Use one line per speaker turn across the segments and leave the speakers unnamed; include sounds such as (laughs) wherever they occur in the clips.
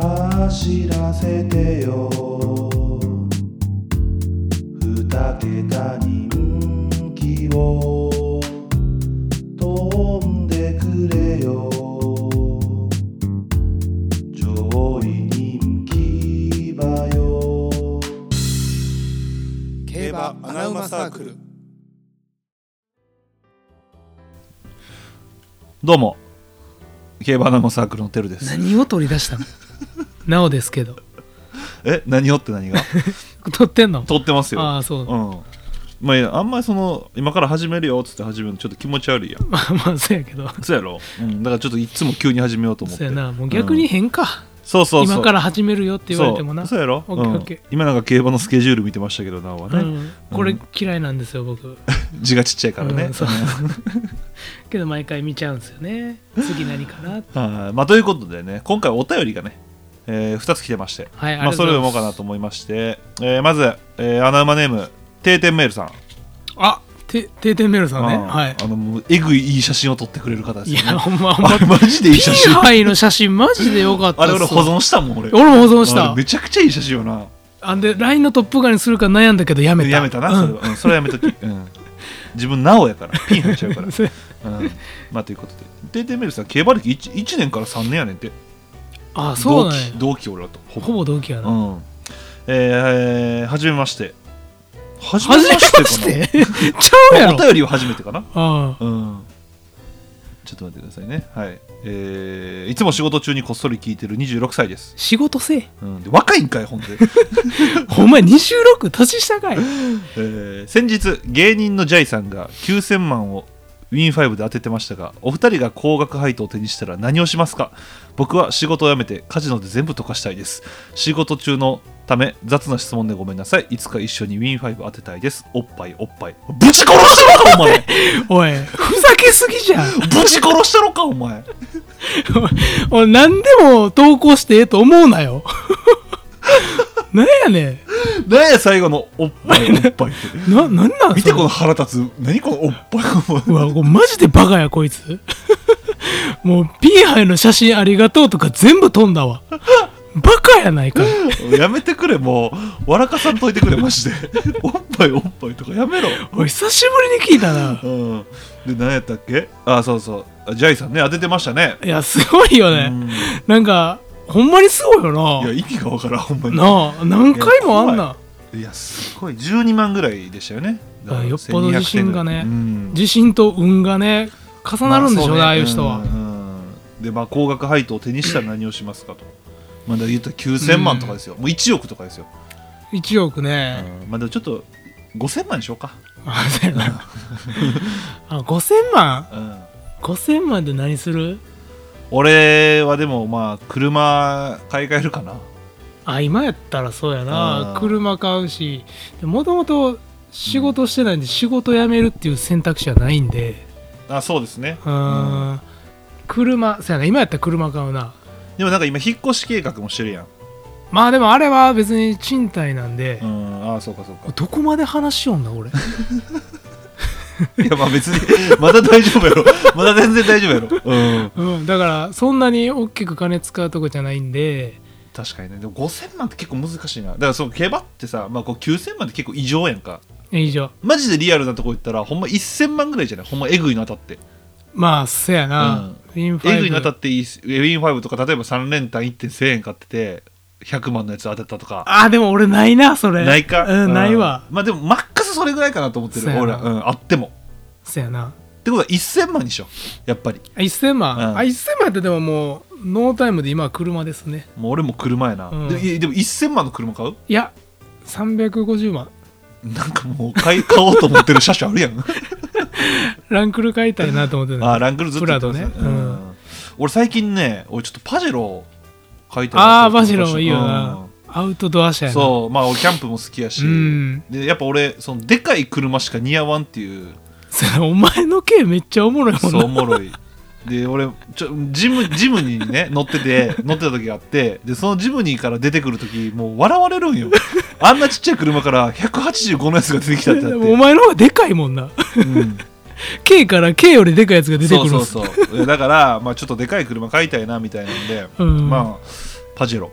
走らせてよ二桁人気を飛んでくれよ上位人気馬よ
競馬アナウマサークル
どうも競馬アナウンサークルのテルです
何を取り出したのなおですけど
え何をって
(laughs)
何が
取ってんの
撮ってますよ
ああそううん
まあいやあんまりその今から始めるよっつって始めるのちょっと気持ち悪いやん
まあまあ (laughs) そうやけど
そうやろ、うん、だからちょっといつも急に始めようと思っ
そ
て
うやなもう逆に
ん
変か、
そうそうそう
今から始めるよって言われてもな
そうそうやろ、
オッケー
うん
オッケー
今なんか競馬のスケジュール見てましたけどなおは
う
ね、
ん、これ嫌いなんですよ僕
字がちっちゃいからね、
うんそう (laughs) けど毎回見ちゃうんですよね次何かな
はいまあ、ということでね今回お便りがね、え2つ来てまして、
はい
ま
あ
あ、
りが
そ
とう
れを
ござ
読も
いま
う
す
かなと思いまして、えーまず、えーアナウマネーム定点メールさん
あて定点メールさんね
うん
はい
あのもうえぐいいい写真を撮ってくれる方です
い
よね
やほんまほん
(laughs) あ
ま
れマジでいい写真
PI の写真マジでよかった
あ
っす
れ俺保存したもん俺
俺も保存し
あ
た
れめちゃくちゃいい写真よな
あんで LINE のトップガンにするか悩んだけどやめた
やめたなそれは、うんそれはやめとき、うん、自分なおや
(laughs)
からピン入っちゃうから、
そう
うん、まあということで定点メールさん競馬歴 1, 1年から3年やねんって
あそうなんや
同期同期俺らとほ
ほぼ同期やな、
うんえー、はじめましてはじ
初めましてちゃうや
まあ
ろ
お便りは初めてかな
ああ
うんちょっと待ってくださいねはいえー、いつも仕事中にこっそり聞いてる26歳です、
仕事せえ
うん、で若いんかいほんで
お前26年下かい
えー先日芸人のジャイさんが9000万をウィン5で当ててましたがお二人が高額配当を手にしたら何をしますか僕は仕事を辞めてカジノで全部溶かしたいです仕事中のため雑な質問でごめんなさいいつか一緒にウィン5当てたいですおっぱいおっぱいぶち殺したのかお前
おいふざけすぎじゃん
ぶち殺したのかお前
おい何でも投稿してええと思うなよ (laughs) なんやね
何や最後のおっぱいおっぱいって
んななんなん
見てこの
の
腹立つ何このおっぱい (laughs) おっぱ
う
い
わこれマジでバカやこいつもうピーハイの写真ありがとうとか全部飛んだわバカやないかい
やめてくれもう笑かさんといてくれマジでおっぱいおっぱいとかやめろ
おい久しぶりに聞いたな
うんで何やったっけあそうそうあジャイさんね当ててましたね
いやすごいよ
う
ね
んい
なんかほんまにすごいよな
や意味がわからんほんまに
なあ何回もあん
いや
な
怖いいやすごい12万ぐらいでしたよねだから
あよっぽど
1200
自信
点
がね
ぐらいうん
自信と運がね重なるんでしょうね,、
ま
あ、
そ
あいう人
う
は、
んうんでまあ高額配当を手にしたら何をしますかとまあだから言ったら9000万とかですよ、もう1億とかですよ、
1億
う
ね、
んまあでもちょっと5000万にしようか、
あそう
(laughs)
やなあ5000万
うん、
5000万で何する
俺はでもまあ車買い替えるかな
あ今やったらそうやな
あー
車買うしもともと仕事してないんで仕事辞めるっていう選択肢はないんで
あそうですね
うーん、車そうやな今やったら車買うな
でもなんか今引っ越し計画もしてるやん
まあでもあれは別に賃貸なんで
う、んああそうかそうか
どこまで話しよんだ俺
いやまあ別にまだ大丈夫やろまだ全然大丈夫やろうん
うんだからそんなに大きく金使うとこじゃないんで
確かにねでも5000万って結構難しいなだからその競馬ってさ、まあ、こう9000万って結構異常やんか
以上
マジでリアルなとこ行ったらほんま1000万ぐらいじゃないほんまえぐいの当たって
まあせやな、ウィンファイブ
えぐいの当たっていいウィン5とか例えば3連単1.1000円買ってて100万のやつ当たったとか
あでも俺ないなそれ
ないか、
うん、ないわ
まあでもマックスそれぐらいかなと思ってる
そうやな
俺はうんあっても
そやな
ってことは1000万にしようやっぱり
1000万、
うん
あ1000万ってでももうノータイムで今は車ですね
もう俺も車やな、
うん
でいやでも1000万の車買う
いや350万
なんかもう買い買おうと思ってる車種あるや
(laughs)
ん
ランクル買いたいなと思ってた
あーランクルずっと言ってます
プラドねうん
うん俺最近ね俺ちょっとパジェロ買いたい
あ
な
あバジローいいよな、アウトドア車
うん
やなう
そうまあ俺キャンプも好きやし、
うん
でやっぱ俺そのでかい車しか似合わんっていう
お前の系めっちゃおもろいもん
そうお
な
もろいで俺ちょジムジムニー
(laughs)
にね乗ってて乗ってた時があってでそのジムニーから出てくる時もう笑われるんよあんなちっちゃい車から185のやつが出てきたってなって、
(laughs) お前の方がでかいもんな
うん、
K から K よりでかいやつが出てくるんです
そうそうそうだからまあちょっとでかい車買いたいなみたいなんで、
うん
まあパジェロ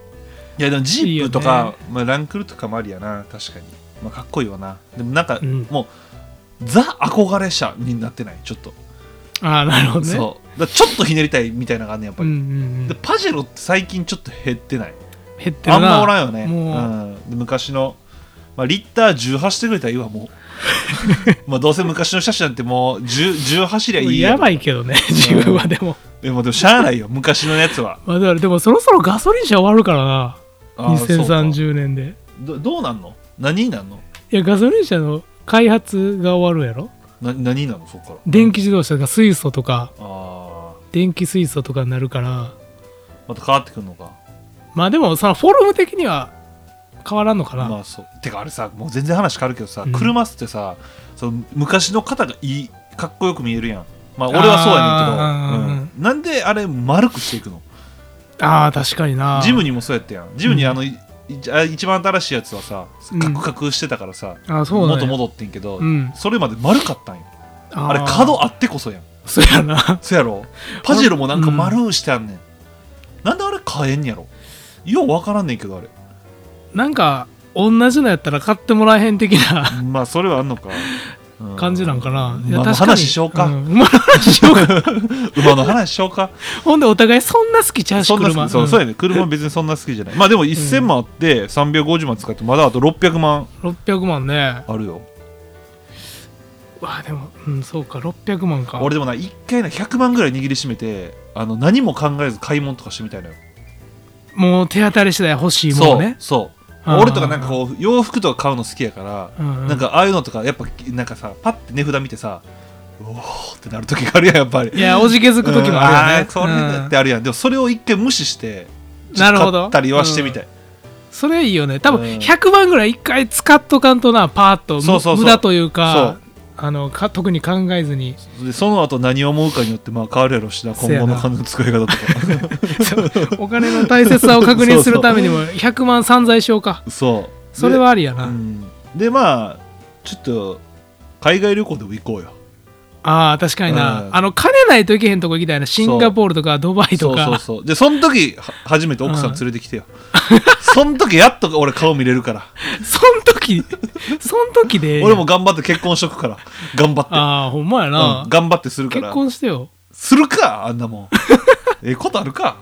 いやでもジ
いい
ー
よ
プ
ね
とか、まあ、ランクルとかもありやな確かに、まあ、かっこいいわなでもなんか、
うん
もうザ憧れ者になってないちょっと、
ああなるほどね
そうだからちょっとひねりたいみたいなのがあんねやっぱ
うん
り、
うんうん
でパジェロって最近ちょっと減ってない
減ってるな
あんまおらんよね
もう、
うんで昔の、まあ、リッター10走ってくれたらいいわ
(laughs)
もうまあどうせ昔の車種なんてもう 10, 10走りゃい
もう
い
やば
い
いけどね自分はでも、
でもでもしゃあないよ昔のやつは
まあ、だからでもそろそろガソリン車終わるからな
あーそうか
2030年で
どどうなんの何になんの
いやガソリン車の開発が終わるやろ
な何になんのそっから
電気自動車が水素とか
ああ
電気水素とかになるから
また変わってくるのか
まあでもそのフォルム的には変わらんのかな、
まあそうてかあれさもう全然話変わるけどさ、
うん
車ってさその昔の方がいいかっこよく見えるやんまあ俺はそうやねんけど、うんなんであれ丸くしていくの
ああ確かにな
ジムにもそうやったやんジムに
うん
あの、いあ一番新しいやつはさ
うん
カクカクしてたからさ、
ああそうだ、ね、
元戻ってんけど、
うん
それまで丸かったんよ
あ
あれ角あってこそやん
ーそうやな
そやろパジェロもなんか丸してあんねん、なんであれ変えんやろようわからんねんけどあれ
なんか同じのやったら買ってもらえへん的な
まあそれはあんのか、うん
感じなんかな、いや
まあ
確かに
話しようか、
んまあ話しようか
(laughs) 馬の話しようか
ほんでお互いそんな好きちゃうし
そんな
車
好きそうそう
や
やね車別にそんな好きじゃないまあでも1000万あって350万使ってまだあと600万
600万ね
あるよ
わあでもうんそうか600万か
俺でもな1回な100万ぐらい握りしめてあの何も考えず買い物とかしてみたいのよ
もう手当たり次第欲しいも
そ
ん
う
ね
そう
あー
俺とかなんかこう洋服とか買うの好きやから
うんうん
なんかああいうのとかやっぱなんかさパッて値札見てさうおーってなる時があるやんやっぱり
いやおじけづく時もあるよね、
うんあーそれだってあるやんでもそれを一回無視して
なるほど
買ったりはしてみたい
それいいよね多分
うん
100万ぐらい一回使っとかんとなパーッとむ
そうそうそう
無駄というかあのか特に考えずに
でその後何を思うかによってまあ変わるやろうしな
せ
今
やな
後の金の使い方とか
(laughs) お金の大切さを確認するためにも100万散財しようか
そう
それはありや
で,、
な、
うん、でまあちょっと海外旅行でも行こうよ
あー確かにな、
うん
あの金ないといけへんとこ行きたいなシンガポールとかドバイと
そう
か
そうそうでその時は初めて奥さん連れてきてよ、その時やっと俺顔見れるから
そん時そん時で
俺も頑張って結婚しとくから頑張って、
ああほんまやな、
うん頑張ってするか
結
ら
婚してよ
するかあんなも
(laughs)
んええことあるか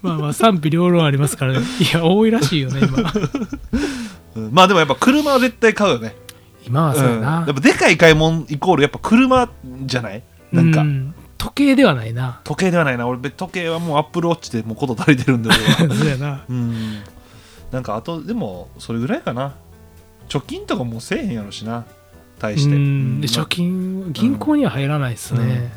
まあまあ賛否両論ありま
(laughs)
すからねいや多いらしいよね今
うんまあでもやっぱ車は絶対買うよね
今はそうや
ん、
な
や、っぱでかい買い物イコールやっぱ車じゃないなんか、
う時計ではないな
時計ではないな俺時計はもうアップルウォッチでもうこと足りてるんで俺
(laughs)
は
そうやな
うんなんかあとでもそれぐらいかな貯金とかもうせえへんやろしな対して
うんで
まあ
貯金銀行には入らないですね、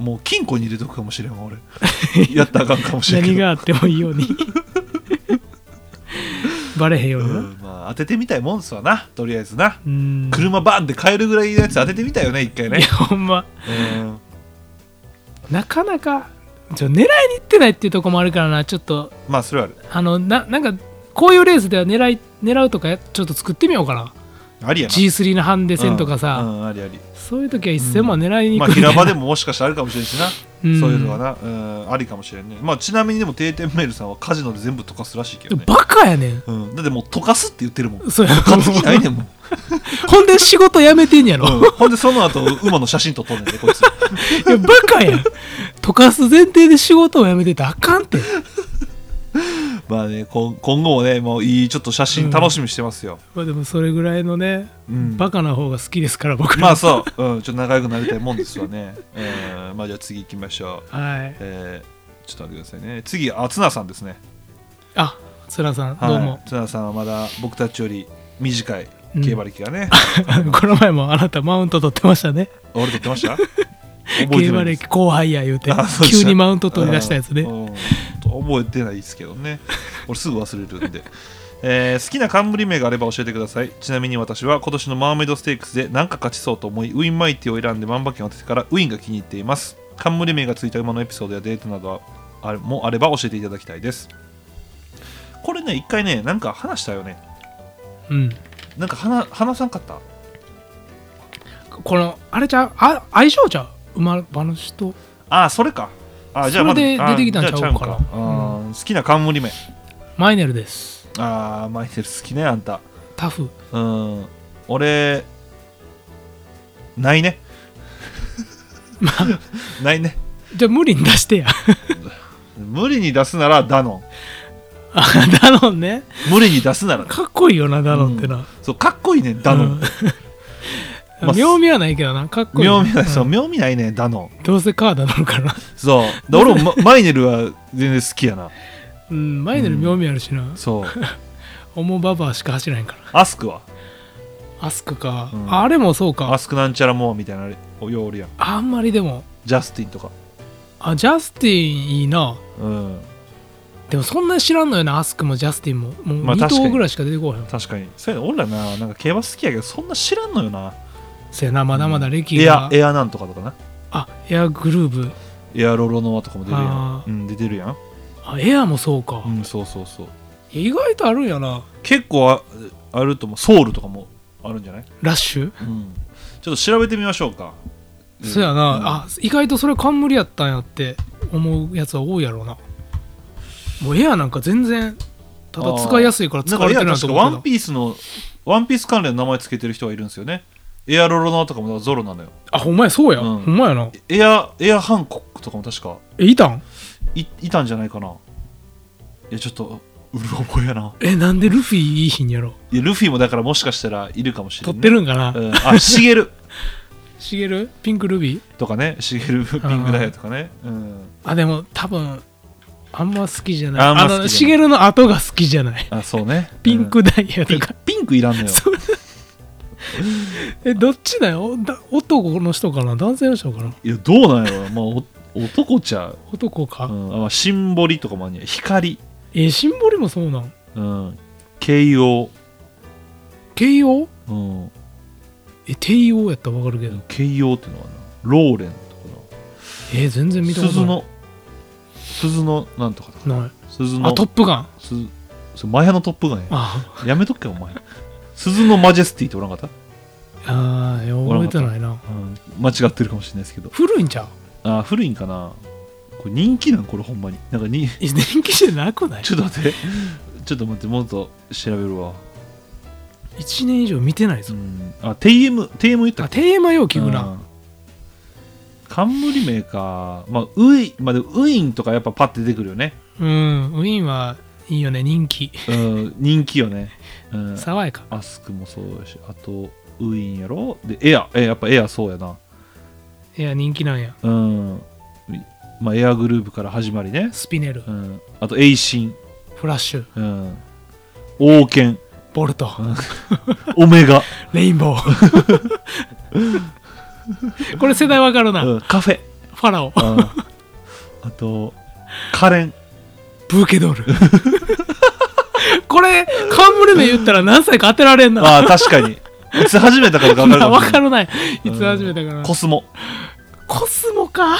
もう金庫に入れとくかもしれんわ俺 (laughs) やったらあかんかもしれんけど
何があってもいい
(laughs)
ようにバレへんようにな、
うんまあ、当ててみたいもんっすわなとりあえずな
うん
車バンって買えるぐらいのやつ当ててみたいよね一回
い
ね
や、ほんま
うん
なかなかちょ狙いに行ってないっていうとこもあるからなちょっと
まあそれはある
あのななんかこういうレースでは狙い狙うとかやちょっと作ってみようかな
ありやな
G3 のハンデ戦とかさ、
うんうんありあり
そういう時は1000万狙いに
ま
行
あ
くみたいな、
平場でももしかしたらあるかもしれんしな、
うん
そういうのはな、うん、ありかもしれんね、まあ、ちなみにでも定点メールさんはカジノで全部溶かすらしいけどね、
バカやねん
うん、だってもう溶かすって言ってるもん溶
そうや
かす気ないねんもん、
ほんで仕事辞めてんやろ、
うん、ほんでその後馬の写真撮っとんねんでこいつ
いやバカやん溶かす前提で仕事を辞めてたらあかんって
まあねこん今後もねもういいちょっと写真楽しみにしてますよ、
まあでもそれぐらいのね、
うん
バカな方が好きですから (laughs) 僕ら
まあそう、うん、ちょっと仲良くなりたいもんですわね、えーまあじゃあ次行きましょう、
はい
えー、ちょっと待ってくださいね次あつなさんですね
あつらさん、
はい
どうも (laughs)
つなさんはまだ僕たちより短い競馬歴がね、
この前もあなたマウント取ってましたね
俺撮ってました
(laughs)
覚え
競
てな
馬
いです
歴後輩や言うて (laughs)
あそうでした
急にマウント取り出したやつね
うんうん覚えてないですけどね俺すぐ忘れるんで、えー好きな冠名があれば教えてくださいちなみに私は今年のマーメイドステークスで何か勝ちそうと思いウィンマイティを選んで万馬券を当ててからウィンが気に入っています冠名がついた馬のエピソードやデートなどはあれもあれば教えていただきたいですこれね一回ねなんか話したよね
うん
なんか話話さんかった
このあれちゃうあ相性ちゃう馬場の人
ああそれかあーじゃあまず
それで出てきたん
あーじゃあ
ちゃうかな
ちゃうんあー好きな冠名
マイネルです
あーマイネル好きねあんた
タフ
うん俺ないね
まあ
(laughs) ないね
じゃあ無理に出し
(laughs)
てや
無理に出すならダノン
あダノンね
無理に出すなら
かっこいいよなダノンってな、
そうかっこいいねダノン、
うん
(laughs) まあ
妙味はないけどなかっこいい
妙味ない、そう
うん
妙味ないねダノン
どうせカーダなのかな
そうで俺
(laughs)
もまマイネルは全然好きやな
うんマイネル妙味あるしな、
そう
オモババアしか走らへんから
アスクは
アスクか、
うん
ああれもそう
ア
か
スクなんちゃらもうみたいなおようおるやん
あんまりでも
ジャスティンとか
あジャスティンいいな
うん
でもそんなに知らんのよなアスクもジャスティンももう
まあ
2
確か
頭
に
ぐらいしか出てこへん
確かにそうやね俺らななんか競馬好きやけどそんな知らんのよな
せやなまだまだ歴
エア
が、
エアなんとかとかな
あエアグルーブ
エアロロノアとかも出るやん
あ、ー
うん、出てるやん
あエアもそうか、
うんそうそうそう
意外とあるんやな
結構ああると思うソウルとかもあるんじゃない、
ラッシュ、
うん、ちょっと調べてみましょうか
そやな、
うん
あ意外とそれ冠やったんやって思うやつは多いやろうなもうエアなんか全然ただ使いやすいから使われてる
ん
な
か
と
確か
思
ワ
う
ン
けど
ピースのワンピース関連の名前つけてる人がいるんですよねエアロロノアとかもだからゾロなのよ
あほんまやそうや、
うん
ほんまやな
エアエアハンコックとかも確か
えいたん
いいたんじゃないかないやちょっとうる覚えやな
えなんでルフィいい日にやろう
いやルフィもだからもしかしたらいるかもしれ
撮
な
っ
い、
てるんかな、
うん、あシゲル
シゲルピンクルビー
とかねシゲルピングダイヤとかねうん
あでも多分あんま好きじゃない
あ
あ
んま好きじゃない
のシゲルの後が好きじゃない
あそうね
ピン、
うん
クダイヤとか、
ピンクいらんのよ
そうえどっちだよだ男の人かな男性の人かない
やどうなんやろまあお男ちゃう、
男か、
うんあまあ、シンボリとかもあんねや光、
えシンボリもそうなん
うん、慶応、
慶応
うん、
え帝王やったらわかるけど
慶応っていうのはなローレンとか
え全然
な
見たこと
鈴
ない
の鈴のなんとかとか
ない
鈴の
あトップガン
鈴そう前のトップガンや
あ
やめとけお前鈴のマジェスティっておらんかった、
あーいや覚えてないな
うん、間違ってるかもしれないですけど
古いんち
(laughs)
ゃう
あー古いんかなこれ人気なんこれほんまになんかに (laughs)
え年季じゃなくない
ちょっと待ってちょっと待ってもっと調べるわ
1年以上見てないぞ、
うんあ TM TM 言った
あ
っけ
テーマ容器ぐら
うん冠名か、まあ、ウイまあ、でもウインとかやっぱパッて出てくるよね、
うんウィーンはいいよね人気
うん、人気よね、
(laughs)
うん、
爽やか
アスクもそうやしあとウインやろでエアえやっぱエアそうやない
や人気なんや
うんまあエアグループから始まりね、
スピネル
うん、あとエイシン、
フラッシュ
うん、王
(laughs)
権
ボルト
オメガ、
レインボー
(laughs)
これ世代わかるな、 (laughs)
うん、カフェ、
ファラオ
うん、あとカレン
ブーケドールこれ冠名言ったら何歳か当てられんな
ああ確かにいつ始めたかとか分かるかも
(laughs) わ
しれ
か
ない
らないいつ始めたかな、
コスモ
コスモか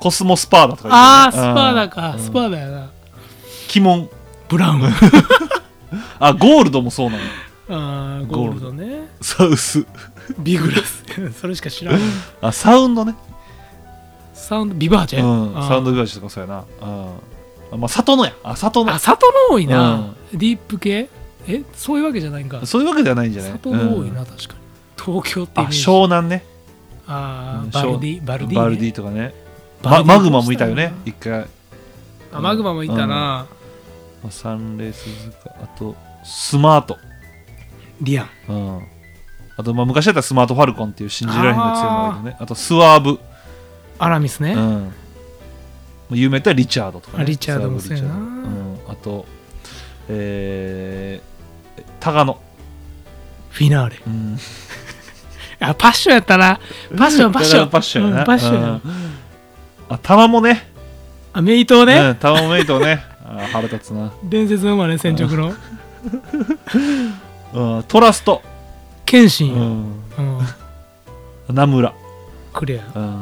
コスモスパーだとか言うよね
あースパーだか
うん
スパーだよな
鬼門
ブラウン
あゴールドもそうなの
あーゴールドね
サウス
ビグラス (laughs) それしか知らん
あサウンドね、
サウンドビバージ
うん、サ
ェ、
ウンドグラジとかもそうやな、うん、まあ里のやあ里
あ
の
里の多いな、ディープ系えそういうわけじゃないんか
そういうわけではないんじゃない
里の多いな、
うん
確かに東京って
あ
イメージ
湘南ね
あ
うん
ーバルディバルディ、ね、
バルディとかね
バルディ
ママグマもいたよね
ど
一回
あマグマもいたな、
まあサンレースズカあとスマート、
リアン
うん、あとまあ昔だったらスマートファルコンっていう信じられへんが強いのがいるねあとスワーブ、
アラミスね、
うんまあ、有名だったらリチャードとか、ね、
あリチャードも
スワブ
そう
リチ
やな
ャードうん、あとえー、高野、
フィナーレ
うん、
(laughs) あパッションやったなパッションパッション
パッションやな、
うんパッションやな
うんあタマもね
あメイト
う
ね、
ん、タマメイトねあ腹立つな、
伝説の生まれ戦直の
うん、トラスト、
謙信
う
よ、
ん、
うん
名村、
クレア
うん、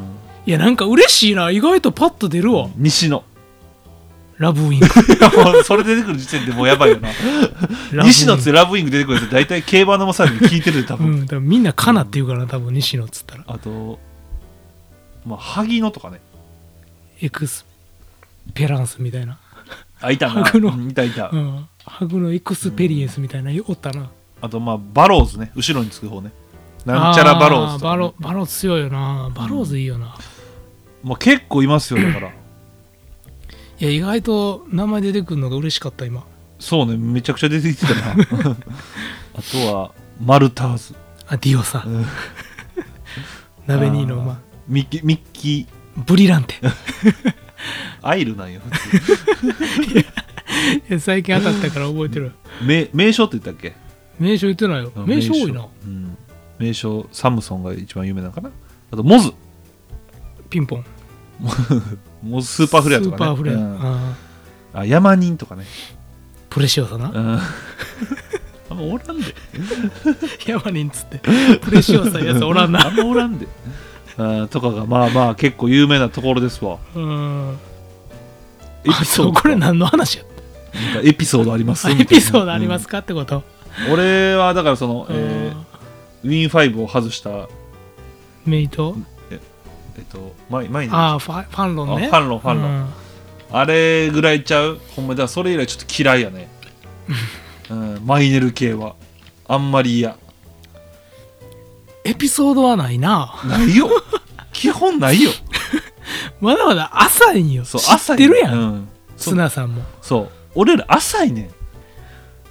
いやなんか嬉しいな意外とパッと出るわ、
西野
ラブウィン
い
グ
やもうそれ出てくる時点でもうやばいよな
ラブウィング
(laughs) 西野ってラブウィング出てくるやつ大体競馬のまさに聞いてるで多
う
分、
ん、多分みんなカナって言うからな多分西野っつったら
あとまあ萩野とかね
エクスペランスみたいな
あいたな
白の
うんいたいた、
うんハグのエクスペリエンスみたいなのおったな
あとまあバローズね後ろにつく方ねなんちゃらバローズ
あ
と
バ
かね、
ロバローズ強いよなバローズいいよな、
もう結構いますよだ
(clears throat)
から
いや意外と名前出てくるのが嬉しかった今
そうねめちゃくちゃ出てきてた
(laughs)
なあとはマルターズ
あディオさ、
うん
(laughs) 鍋にのま
ミッキーミッキー
あブリランテ
(laughs) アイルなんよ普通
いや最近当たったから覚えてる
名名称って言ったっけ
名称言ってないよ
うん
名称多いな、
うん、名称サムソンが一番有名なのかなあとモズ
ピンポン
モズスーパーフレアとかね
スーパーフレア、
うん
あ
あヤマニンとかね
ープレシオさ
う
な (laughs)
んあんまおらんで
ヤマニンつってプレシオさやつおら
(laughs)
ん
あ
なん
まおらんであとかがまあまあ結構有名なところですわ
うん
エピ
あ
ソー
そう
ド
これ何の話やった
なんかエピソードあります
(laughs) あエピソードありますかってこと、
うん俺はだからその、えー
うん
ウィン5を外した
メイト
えっと前前に
ああファファンロンね
あファンロンファンロン
ン
あれぐらいちゃうほんまだからそれ以来ちょっと嫌いや
(laughs)
ね、うん、マイネル系はあんまり嫌
エピソードはないな
ないよ (laughs) 基本ないよ
まだまだ浅いんよ
そう
知ってるやん、
浅いねうん、そ
砂さん
(laughs)
も
そう俺ら浅いねん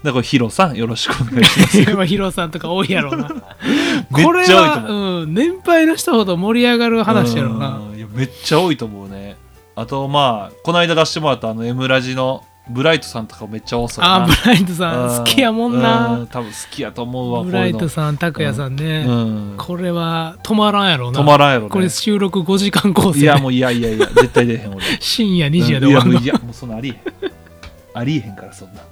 だからヒロさんよろしくお願い
(laughs)
します
今ヒロさんとか多いやろうな
(laughs) めっ
これ
ちゃ多いと
は、
思う
うん、年配の人ほど盛り上がる話やろうな
うんいやめっちゃ多いと思うねあとまあこの間出してもらったあの M ラジのブライトさんとかめっちゃ多そうやな
あーブライトさ
うん
ん好きやもん
う
な
多分好きやと思うわ
ブライト
こ
さん拓也さん
うい
ね
う、のうん
これは止まらんやろうな
止まらんやろね
これ収録5時間構成
いやもういやいやいや絶対出えへん俺
(laughs) 深夜2時やで終わ
うんんいやもう
の
いやもうそんなありえへんありえへんからそんな
こ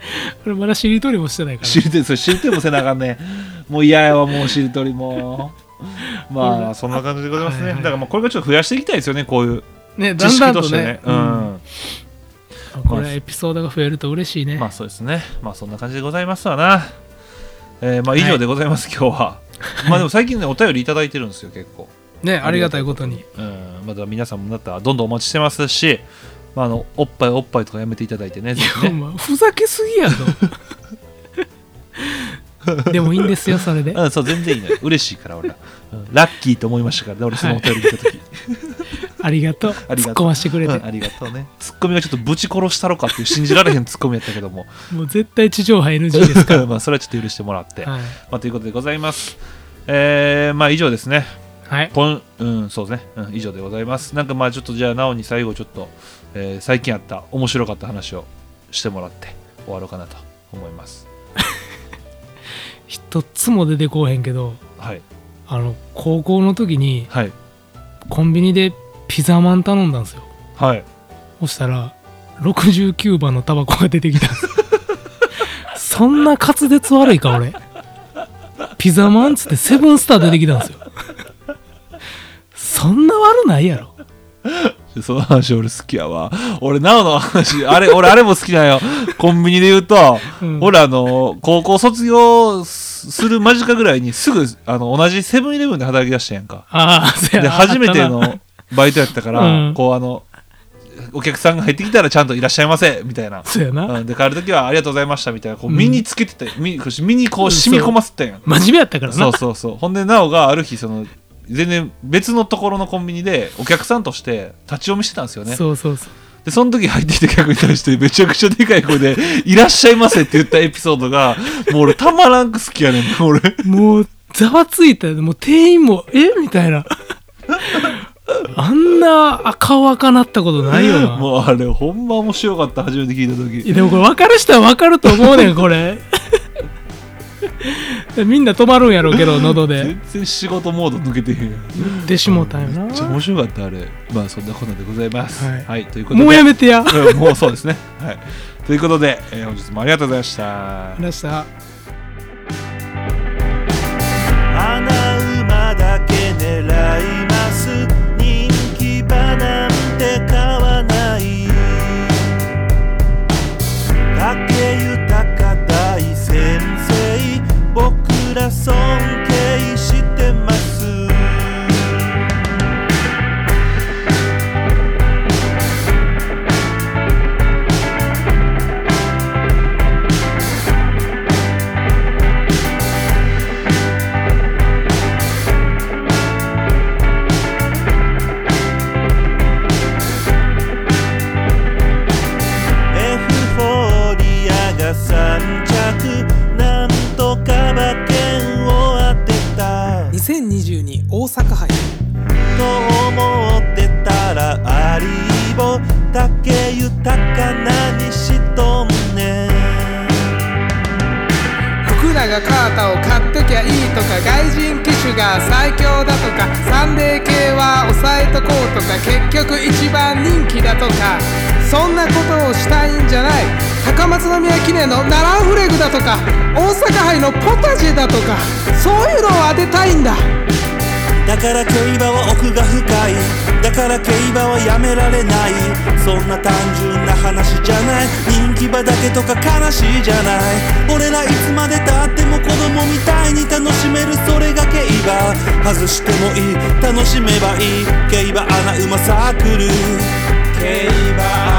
れまだしりとりもしてないから
知りとりそれ知りとりもせなあかんねもう嫌やわもう知りとり
(laughs)
もまあそんな感じでございますね、
はいは
だ
い
からまあこれからちょっと増やしていきたいですよねこういう
ねだ
知
んだ
識
ん
と
と
し
ね
てねう
うん
ん、
これはエピソードが増えると嬉しいね、
まあそうですねまあそんな感じでございますわなえーまあ以上でございます、今日
(laughs)
はまあでも最近ねお便りいただいてるんですよ結構
ねありがたいことに
うんまだ皆さんもなったらどんどんお待ちしてますし、まあ、あのおっぱいおっぱいとかやめていただいてねぜひ
ほ
ね
んまふざけすぎ
(laughs)
やぞでもいいんですよそれで
うん、そう全然いいのよ嬉しいから俺ら、うんラッキーと思いましたからね俺そのお便り見た時、
(laughs) ありがとう
ありがとう
突っ込ましてくれ
うん
て
ありがとうねツッコミがちょっとぶち殺したろかっていう信じられへんツッコミやったけど
(laughs)
も
もう絶対地上波 NG ですか
まあそれはちょっと許してもらって、
らはい、
まあ、ということでございますえー、まあ以上ですね
はい、
こんうんそうですね、うん、以上でございますなんかまあちょっとじゃあなおに最後ちょっと、えー最近あった面白かった話をしてもらって終わろうかなと思います
一つも出てこうへんけど
はい
あの高校の時に
はい
コンビニでピザマン頼んだんですよ
はい
そしたら69番のタバコが出てきたんですそんな滑舌悪いか俺ピザマンっつってセブンスター出てきたんですよそんな悪ないやろ
でその話俺好きやわ (laughs) 俺なおの話あれ俺あれも好き (laughs) なんよコンビニで言うと、
うん
俺あの高校卒業すする間近ぐらいにすぐあの同じセブンイレブンで働き出したやんか
ああ
で初めてのバイトやったから、
うん
こうあのお客さんが入ってきたらちゃんといらっしゃいませみたいな
そうやな
うん、で帰る時はありがとうございましたみたいなこう
うん
身につけてた、身身にこう染み込ませてたやん、
真面目やったからな
そうそうそうほんでなおがある日その全然別のところのコンビニでお客さんとして立ち読みしてたんですよね
そうそうそう
でその時入ってきた客に対してめちゃくちゃでかい声で (laughs) 「いらっしゃいませ」って言ったエピソードがもう俺たまらんく好きやねん俺
もうざわついたよもう店員もえみたいなあんな赤々なったことないよな
もうあれほんま面白かった初めて聞いた
いや
時
でもこれ分かる人は分かると思うねんこ (laughs) れみんな止まるんやろうけど喉で
全
(laughs)
然仕事モード抜けてへんやんめ
言ってしもうたんやな
っちゃ面白かったあれまあそんなことでございますは、
はいい
ということで
もうやめてや
うんもうそうですね。はい、ということで、えー本日もありがとうございました。
出した
穴馬だけ狙います人気馬なんて買わない竹豊大先生僕ら尊敬してます魚にしとんねん
福永カータを買ってきゃいいとか外人機種が最強だとかサンデー系は抑えとこうとか結局一番人気だとかそんなことをしたいんじゃない高松宮記念のナランフレグだとか大阪杯のポタジェだとかそういうのを当てたいんだ
だから競馬は奥が深いだから競馬はやめられないそんな単純な話じゃない人気馬だけとか悲しいじゃない俺らいつまでたっても子供みたいに楽しめるそれが競馬外してもいい楽しめばいい競馬アナウマサークル競馬